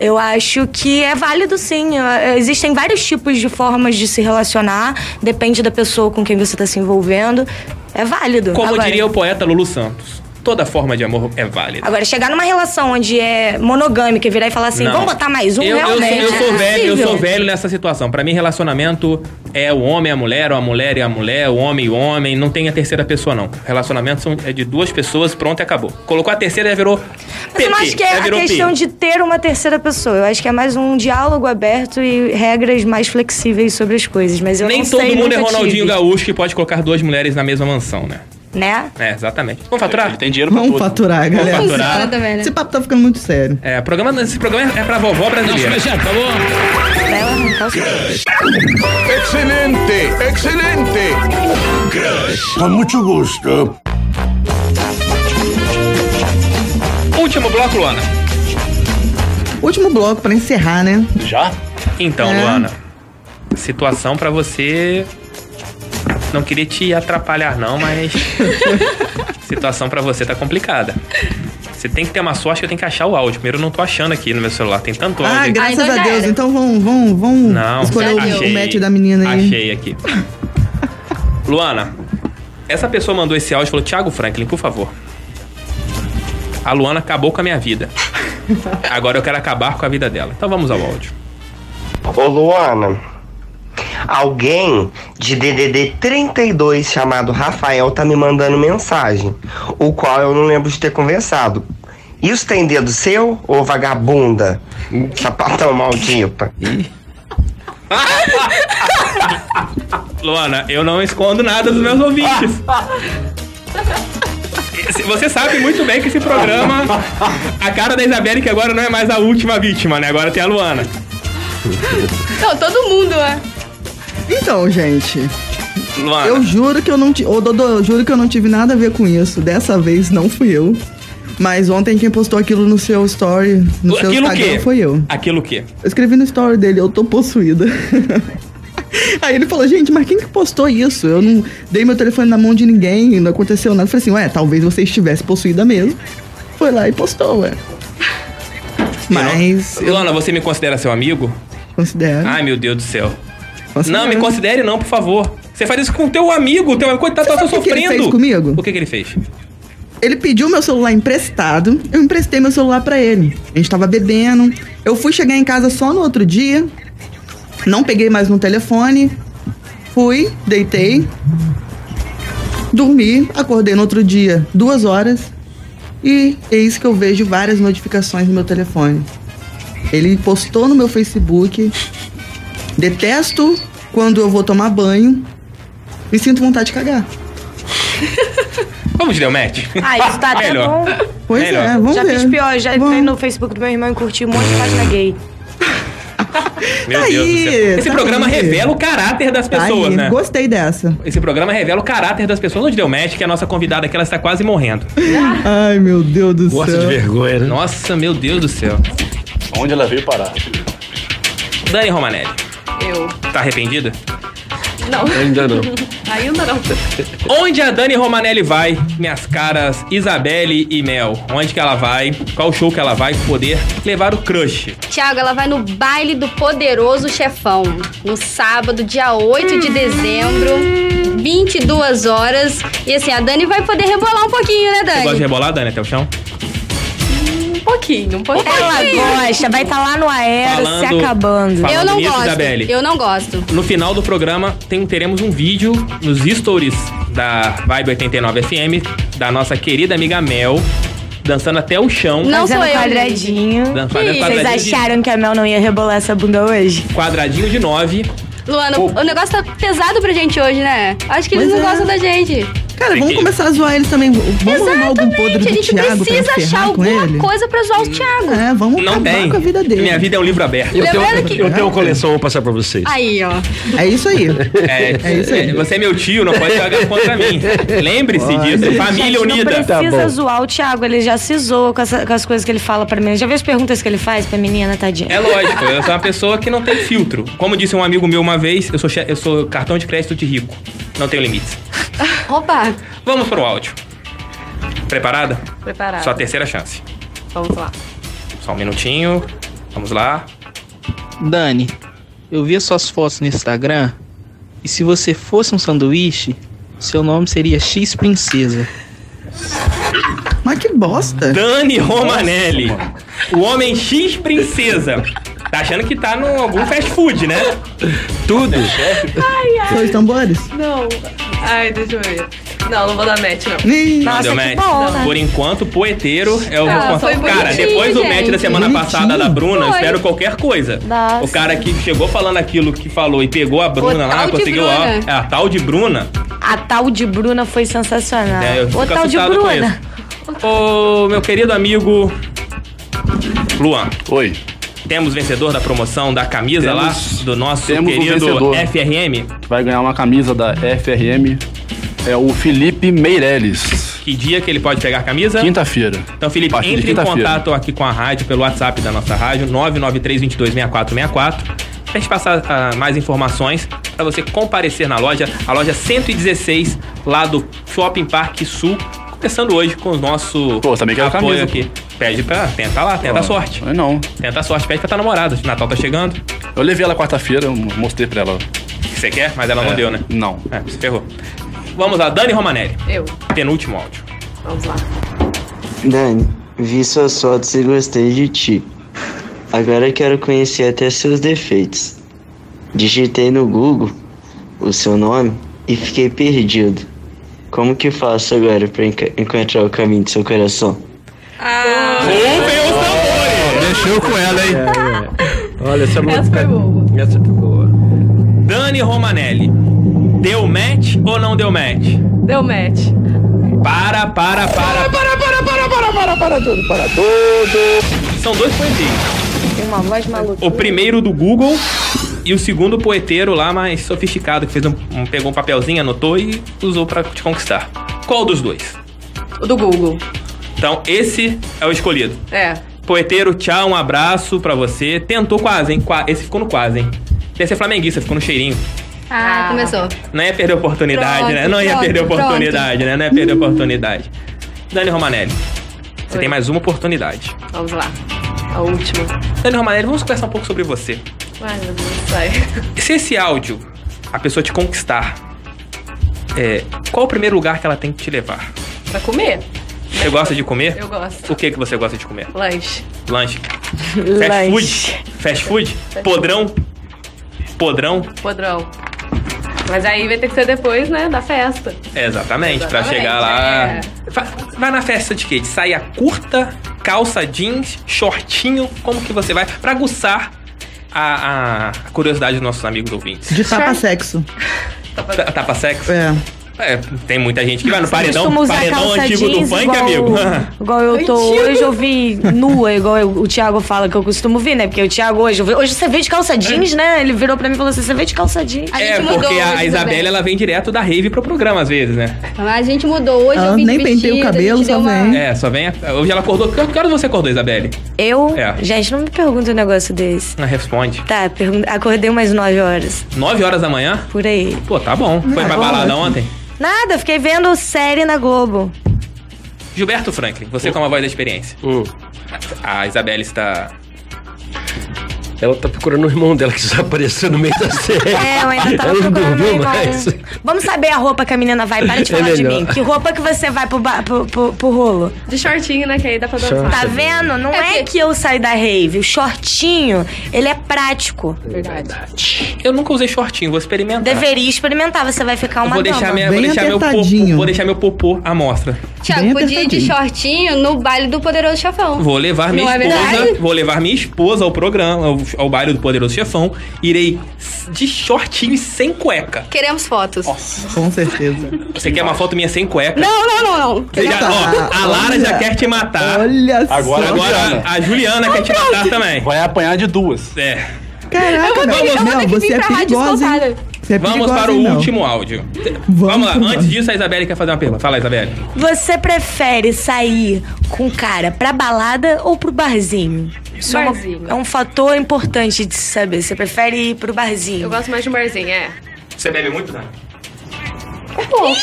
eu acho que é válido sim. Eh, Existem vários tipos de formas de se relacionar, depende da pessoa com quem você está se envolvendo. É válido. Como Agora- diria o poeta Lulu Santos, toda forma de amor é válida. Agora, chegar numa relação onde é monogâmica e virar e falar assim, Não. vamos botar mais um, eu, eu, sou- realmente. eu é sou velho, eu possível. sou velho nessa situação. Pra mim, relacionamento é o homem e a mulher, ou a mulher e a mulher, o homem e o homem. Não tem a terceira pessoa, não. Relacionamento são, é de duas pessoas, pronto e acabou. Colocou a terceira já virou. Mas eu não PP, acho que é já a virou questão P. de ter uma terceira pessoa. Eu acho que é mais um diálogo aberto e regras mais flexíveis sobre as coisas. Mas eu Nem não todo sei, mundo é nunca Ronaldinho tive, Gaúcho que pode colocar duas mulheres na mesma mansão, né? Né? É, exatamente. Vamos faturar? Ele tem dinheiro Vamos faturar, galera. Vamos faturar. Esse papo tá ficando muito sério. É, programa, esse programa é é pra vovó brasileira. Nosso projeto, tá bom? Excelente, excelente. Crush. Tá Com muito gusto. Último bloco, Luana. Último bloco pra encerrar, né? Já? Então, É. Luana, situação pra você. Não queria te atrapalhar, não, mas. situação pra você tá complicada. Você tem que ter uma sorte que eu tenho que achar o áudio. Primeiro, eu não tô achando aqui no meu celular, tem tanto áudio. Ah, aqui. graças a Deus. Então vamos, vamos, vamos Não, escolher já o- o achei. match da menina aí. Achei aqui. Luana, essa pessoa mandou esse áudio e falou: Thiago Franklin, por favor. A Luana acabou com a minha vida. Agora eu quero acabar com a vida dela. Então vamos ao áudio. Ô Luana, alguém de DDD 32 chamado Rafael tá me mandando mensagem, o qual eu não lembro de ter conversado. Isso tem dedo seu, ô vagabunda? Sapatão maldita. Luana, eu não escondo nada dos meus ouvintes. Esse- Você sabe muito bem que esse programa, a cara da Isabelle, que agora não é mais a última vítima, né? Agora tem a Luana. Não, todo mundo, é. Então, gente. Luana. Eu juro que eu não tive. Ô, Dodô, eu juro que eu não tive nada a ver com isso. Dessa vez não fui eu. Mas ontem quem postou aquilo no seu story, no seu Aquilo Instagram, que? foi eu. Aquilo que? Eu escrevi no story dele, eu tô possuída. Aí ele falou, gente, mas quem que postou isso? Eu não dei meu telefone na mão de ninguém, não aconteceu nada. Eu falei assim, ué, talvez você estivesse possuída mesmo. Foi lá e postou, ué. Mas. Luana, você me considera seu amigo? Considero. Ai, meu Deus do céu. Considero. Não, me considere não, por favor. Você faz isso com o teu amigo, teu amigo, coitado, tá sabe o que que ele sofrendo. fez comigo? O que, que ele fez? Ele pediu meu celular emprestado, eu emprestei meu celular pra ele. A gente tava bebendo. Eu fui chegar em casa só no outro dia. Não peguei mais no telefone. Fui, deitei. Dormi, acordei no outro dia, é duas horas. E eis que eu vejo várias notificações no meu telefone. Ele postou no meu Facebook. Detesto quando eu vou tomar banho e sinto vontade de cagar. Vamos, deu match. Ah, isso tá até Melhor. bom. Pois Melhor. é, vamos já ver. fiz pior, já entrei no Facebook do meu irmão e curti um monte de Hum. página gay. Meu Tá Deus do aí, céu. Esse tá programa aí. revela o caráter das Tá pessoas, aí, né? Gostei dessa. Esse programa revela o caráter das pessoas. Onde deu match, que a nossa convidada aqui, ela está quase morrendo. Ai, meu Deus do Gosta céu. de vergonha, né? Nossa, meu Deus do céu. Onde ela veio parar? Dani Romanelli, Eu. tá arrependida? Não. Ainda não. Ainda não. Onde a Dani Romanelli vai, minhas caras Isabelle e Mel? Onde que ela vai? Qual show que ela vai poder levar o crush? Tiago, ela vai no baile do poderoso chefão. No sábado, dia 8 de dezembro, 22 horas. E assim, a Dani vai poder rebolar um pouquinho, né, Você gosta de Dani? rebolar, Dani, até o chão? Um pouquinho, um pouquinho. Ela gosta, vai estar lá no aero se Falando- acabando. falando Eu não nisso, gosto. Isabelle. Eu não gosto. No final do programa, tem- teremos um vídeo nos stories da Vibe 89 FM, da nossa querida amiga Mel, dançando até o chão. Não sou eu. Dan- Quadradinho. fazendo Vocês quadradinho de- acharam que a Mel não ia rebolar essa bunda hoje? Quadradinho de 9. Luana, o negócio tá pesado pra gente hoje, né? Acho que eles Pois não é. gostam da gente. Cara, vamos começar a zoar eles também. Vamos arrumar algum podre do a gente Thiago pra precisa achar ferrar com alguma ele? coisa pra zoar o Thiago. É, vamos Hum, Não acabar tem. com a vida dele. Minha vida é um livro aberto. Eu tenho, Lembrando que- eu tenho uma coleção, vou passar pra vocês. Aí, ó. É isso aí. É, é, você é meu tio, não pode jogar contra mim. Lembre-se disso, família Gente, unida. Tá Não precisa zoar o Thiago, ele já se zoa com, essa- com as coisas que ele fala pra menina. Já viu as perguntas que ele faz pra menina, tadinha? É lógico, eu sou uma pessoa que não tem filtro. Como disse um amigo meu uma vez, eu sou, che- eu sou cartão de crédito de rico. Não tenho limites. Opa! Vamos pro áudio. Preparada? Preparado. Sua terceira chance. Vamos lá. Só um minutinho. Vamos lá. Dani, eu vi as suas fotos no Instagram e se você fosse um sanduíche, seu nome seria X Princesa. Mas que bosta. Dani Romanelli. O homem X princesa. Tá achando que tá no algum fast food, né? Tudo. Ai, ai. Dois tambores? Não. Ai, deixa eu ver. Não, não vou dar match, não. Não deu match. Por enquanto, o poeteiro é o Ah, foi responsável. Cara, bonitinho, depois do match gente. da semana passada da Bruna, eu Foi. espero qualquer coisa. Nossa. O cara que chegou falando aquilo que falou e pegou a Bruna lá, tal de conseguiu Bruna. ó, é, a tal de Bruna. A tal de Bruna foi sensacional. É, eu Ah, o fico tal de assustado com Bruna. isso. Ô, meu querido amigo Luan. Oi. Temos vencedor da promoção da camisa lá do nosso temos o querido vencedor. FRM. Vai ganhar uma camisa da FRM. É o Felipe Meirelles. Que dia que ele pode pegar a camisa? Quinta-feira. Então, Felipe, Partir de entre em quinta-feira. contato aqui com a rádio pelo WhatsApp da nossa rádio, 993-226464, pra gente passar ah, mais informações, pra você comparecer na loja, a loja 116, lá do Shopping Parque Sul, começando hoje com o nosso Pô, também quero apoio camisa, aqui. Pede pra... Tenta lá, tenta Ó, a sorte. Não. Tenta a sorte, pede pra tua namorada, o Natal tá chegando. Eu levei ela quarta-feira, eu mostrei pra ela. Você quer? Mas ela não É, deu, né? Não. É, você ferrou. Vamos lá, Dani Romanelli, Eu. penúltimo áudio. Vamos lá. Dani, vi suas fotos e gostei de ti. Agora quero conhecer até seus defeitos. Digitei no Google o seu nome e fiquei perdido. Como que faço agora para encontrar o caminho do seu coração? Um Mexeu com ela, hein? Olha, essa, essa foi boa. Essa foi boa. Dani Romanelli, deu match ou não deu match? Deu match. Para, para, para. Para, para, para, para, para, para tudo, para tudo. São dois poeteiros. Tem uma voz maluca. O primeiro do Google e o segundo poeteiro lá mais sofisticado, que fez um, um- pegou um papelzinho, anotou e usou pra te conquistar. Qual dos dois? O do Google. Então, esse é o escolhido. É. Poeteiro, tchau, um abraço pra você. Tentou quase, hein? Qua- Esse ficou no quase, hein? Deve ser flamenguista, ficou no cheirinho. Ah, começou. Não ia perder a oportunidade, Pronto, né? Não ia pronto, perder a pronto. oportunidade, né? Não ia perder a oportunidade. Dani Romanelli, você tem mais uma oportunidade. Vamos lá. A última. Dani Romanelli, vamos conversar um pouco sobre você. Ai, meu Deus, sai. Se esse áudio a pessoa te conquistar, é, qual o primeiro lugar que ela tem que te levar? Pra comer? Você gosta de comer? Eu gosto. O que que você gosta de comer? Lanche. Lanche. Fast Lanche. food? Fast food? Podrão? Podrão? Podrão. Mas aí vai ter que ser depois, né? Da festa. Exatamente, pra Exatamente, chegar lá. Fa- Vai na festa de quê? De saia curta calça jeans, shortinho, como que você vai? Pra aguçar a, a curiosidade dos nossos amigos ouvintes. De tapa-sexo. Ta- Tapa sexo? É. Tem muita gente que vai no Você paredão, costuma usar paredão calça antigo do jeans funk, igual- amigo. Igual eu tô Antigo. hoje, eu vi nua, igual eu- o Thiago fala que eu costumo vir, né? Porque o Thiago hoje, eu vi- hoje você veio de calça jeans, né? Ele virou pra mim e falou assim: você veio de calça jeans. É, porque a, a Isabela ela vem direto da rave pro programa às vezes, né? A gente mudou hoje, eu Ela vim Ah, nem pentei o divertida, a gente cabelo, deu só uma- vem. É, só vem. a- Hoje ela acordou. Que que horas você acordou, Isabelle? Eu? É. Gente, não me pergunta um negócio desse. Ela Responde. Tá, pergun- acordei umas 9 horas. 9 horas da manhã? Por aí. Pô, tá bom. Foi pra bom, balada ótimo. ontem? Nada, fiquei vendo série na Globo. Gilberto Franklin, você com a voz da experiência. A Isabelle está. Ela tá procurando o irmão dela que desapareceu no meio da série. É, eu ainda tava Ela não procurando dormiu meu mais. irmão. Vamos saber a roupa que a menina vai. Para de É falar de melhor. mim. Que roupa que você vai pro, ba- pro, pro- pro rolo? De shortinho, né? Que aí dá pra dançar. Tá vendo? Não é, que eu saio da rave. O shortinho, ele é prático. Verdade. Eu nunca usei shortinho, vou experimentar. Deveria experimentar, você vai é ficar Eu uma vou deixar, dama. minha, vou, deixar meu popô, vou deixar meu popô à mostra. Tiago, podia ir de shortinho no baile do Poderoso Chefão. Vou levar minha Não é esposa. verdade? vou levar minha esposa ao programa, ao, ao baile do Poderoso Chefão. Irei de shortinho e sem cueca. Queremos fotos. Com certeza. Você quer uma foto minha sem cueca? Não, não, não, não. Você já- ó, a Lara já quer te matar. Olha Assim. agora, só. Agora a Juliana quer te matar também. Vai apanhar de duas. É. Caraca, ter- eu velho. vou ter Não, que você vir é pra rádio perigosa, hein? Você é Vamos perigosa, para o hein, não. último áudio. Vamos lá. Antes disso, a Isabelle quer fazer uma pergunta. Fala, Isabelle. Você prefere sair com o cara pra balada ou pro barzinho? Isso é uma- Barzinho. é um fator importante de se saber. Você prefere ir pro barzinho? Eu gosto mais de um barzinho, é. Você bebe muito, né? Um pouco.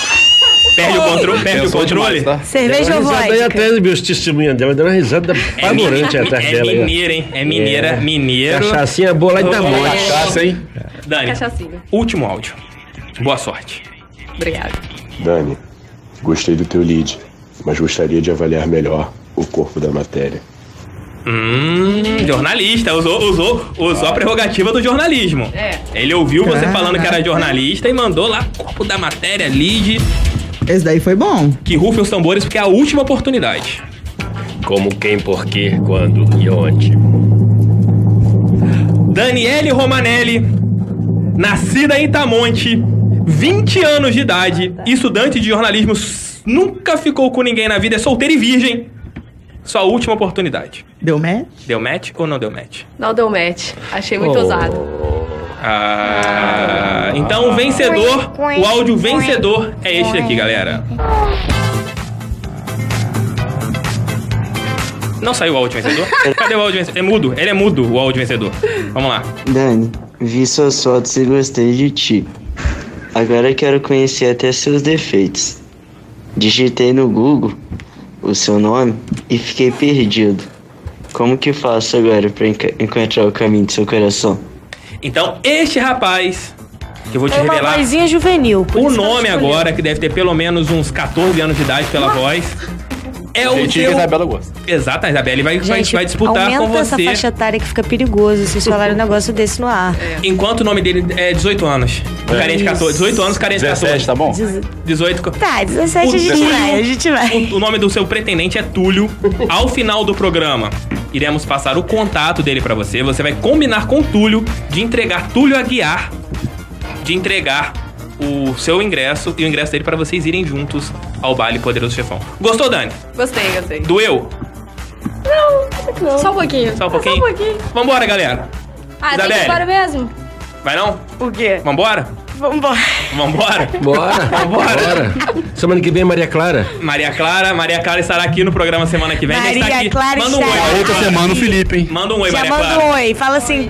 Perde o controle. Perde o controle. tá? Cerveja Deu ou uma risada aí vodka? atrás, meus testemunhas dela, deu uma risada apavorante mi- atrás é dela. aí, ó. mineira, hein? É mineira, mineiro. Cachaçinha boa lá de Ô, tamanho. cachaça, hein? Dani, Cachacinha. último áudio. Boa sorte. né? Obrigada. Dani, gostei do teu lead, mas gostaria de avaliar melhor o corpo da matéria. Hum, jornalista, usou, usou, usou a prerrogativa do jornalismo. É. Ele ouviu você Caraca. falando que era jornalista e mandou lá corpo da matéria, lead, Esse daí foi bom. que rufem os tambores porque é a última oportunidade. Como quem, por quê, quando e onde. Daniele Romanelli, nascida em Itamonte, 20 anos de idade, estudante de jornalismo, s- nunca ficou com ninguém na vida, é solteira e virgem. Sua última oportunidade. Deu match? Deu match ou não deu match? Não deu match. Achei muito Oh. ousado. Ah, então o vencedor, o áudio vencedor é este aqui, galera. Não saiu o áudio vencedor? Cadê o áudio vencedor? É mudo, ele é mudo, o áudio vencedor. Vamos lá. Dani, vi suas fotos e gostei de ti. Agora quero conhecer até seus defeitos. Digitei no Google o seu nome e fiquei perdido. Como que faço agora pra enca- encontrar o caminho do seu coração? Então, este rapaz, que eu vou te É uma revelar vozinha juvenil. por o isso que ela nome escolheu. agora, é que deve ter pelo menos uns 14 anos de idade pela voz, é o Jeitinho teu... que a Isabela gosta. Exato, a Isabela vai, vai- Gente, vai disputar aumenta com essa você. faixa etária que fica perigoso vocês falarem um negócio desse no ar. Enquanto o nome dele é 18 anos. O Carinha de 14. 18 anos, carinha de 14. tá bom? 18. co- Tá, 17 a gente Túlio- vai, a gente vai. O, o nome do seu pretendente é Túlio. Ao final do programa, iremos passar o contato dele pra você. Você vai combinar com o Túlio de entregar Túlio Aguiar, de entregar o seu ingresso e o ingresso dele pra vocês irem juntos ao baile Poderoso Chefão. Gostou, Dani? Gostei, gostei. Doeu? Não, não. Só um pouquinho. Só um pouquinho? Só um pouquinho. Vambora, galera. Ah, tem que Isabelle. ir embora mesmo? Vai não? O quê? Vambora? Vambora. Vambora? Bora, bora. Semana que vem, Maria Clara. Maria Clara, Maria Clara estará aqui no programa semana que vem. Já Maria está aqui. Clara manda um oi, estará Maria Outra Clara. semana o Felipe, hein? Manda um oi, Já Maria manda Clara. um oi, fala assim.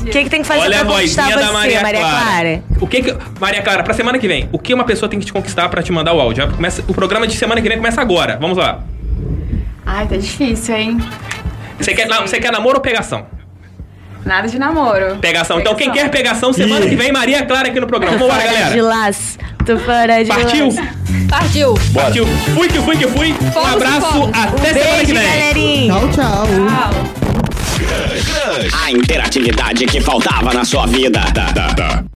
O que, que tem que fazer Olha a pra conquistar vozinha você, da Maria, Clara. Clara? O que, que Maria Clara, pra semana que vem, o que uma pessoa tem que te conquistar pra te mandar o áudio? Já começa- o programa de semana que vem começa agora. Vamos lá. Ai, tá difícil, hein? Você quer, na- você quer namoro ou pegação? Nada de namoro. Pegação. Então quem quer pegação, semana que vem, Maria Clara aqui no programa. Vamos lá, Fora de galera. las. Tu fora de Partiu? las. Partiu. Partiu. Fui que fui que fui. Um Fomos, abraço. fomos. Até semana que Um Beijo, vem. galerinha. Tchau, tchau. A interatividade que faltava na sua vida.